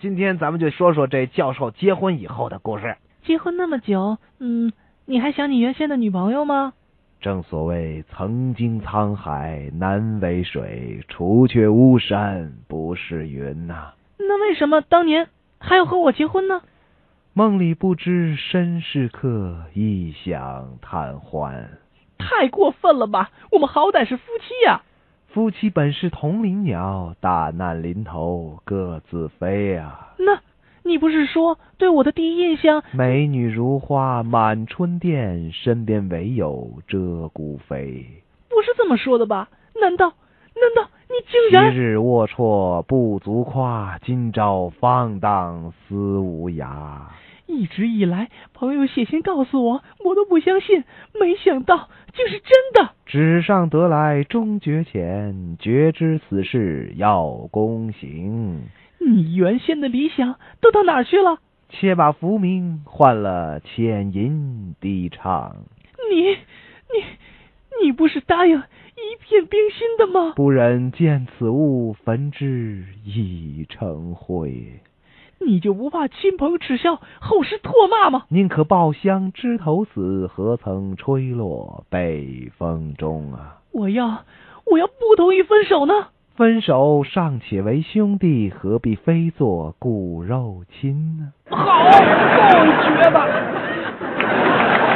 今天咱们就说说这教授结婚以后的故事。结婚那么久，嗯，你还想你原先的女朋友吗？正所谓曾经沧海难为水，除却巫山不是云呐、那为什么当年还要和我结婚呢？梦里不知身是客，一想贪欢。太过分了吧！我们好歹是夫妻呀、夫妻本是同林鸟，大难临头各自飞啊呀、那你不是说对我的第一印象？美女如花满春殿，身边唯有鹧鸪飞。不是这么说的吧？难道难道你竟昔 然日龌龊不足夸，今朝放荡思无涯。一直以来朋友写信告诉我，我都不相信，没想到竟是真的。纸上得来终觉浅，觉知此事要躬行。你原先的理想都到哪儿去了？且把浮名换了浅吟低唱，你你你不是答应一片冰心的吗？不忍见此物，焚之已成灰。你就不怕亲朋耻笑、后世唾骂吗？宁可抱香枝头死，何曾吹落北风中啊！我要，我要不同意分手呢？分手尚且为兄弟，何必非做骨肉亲呢？好，够绝吧！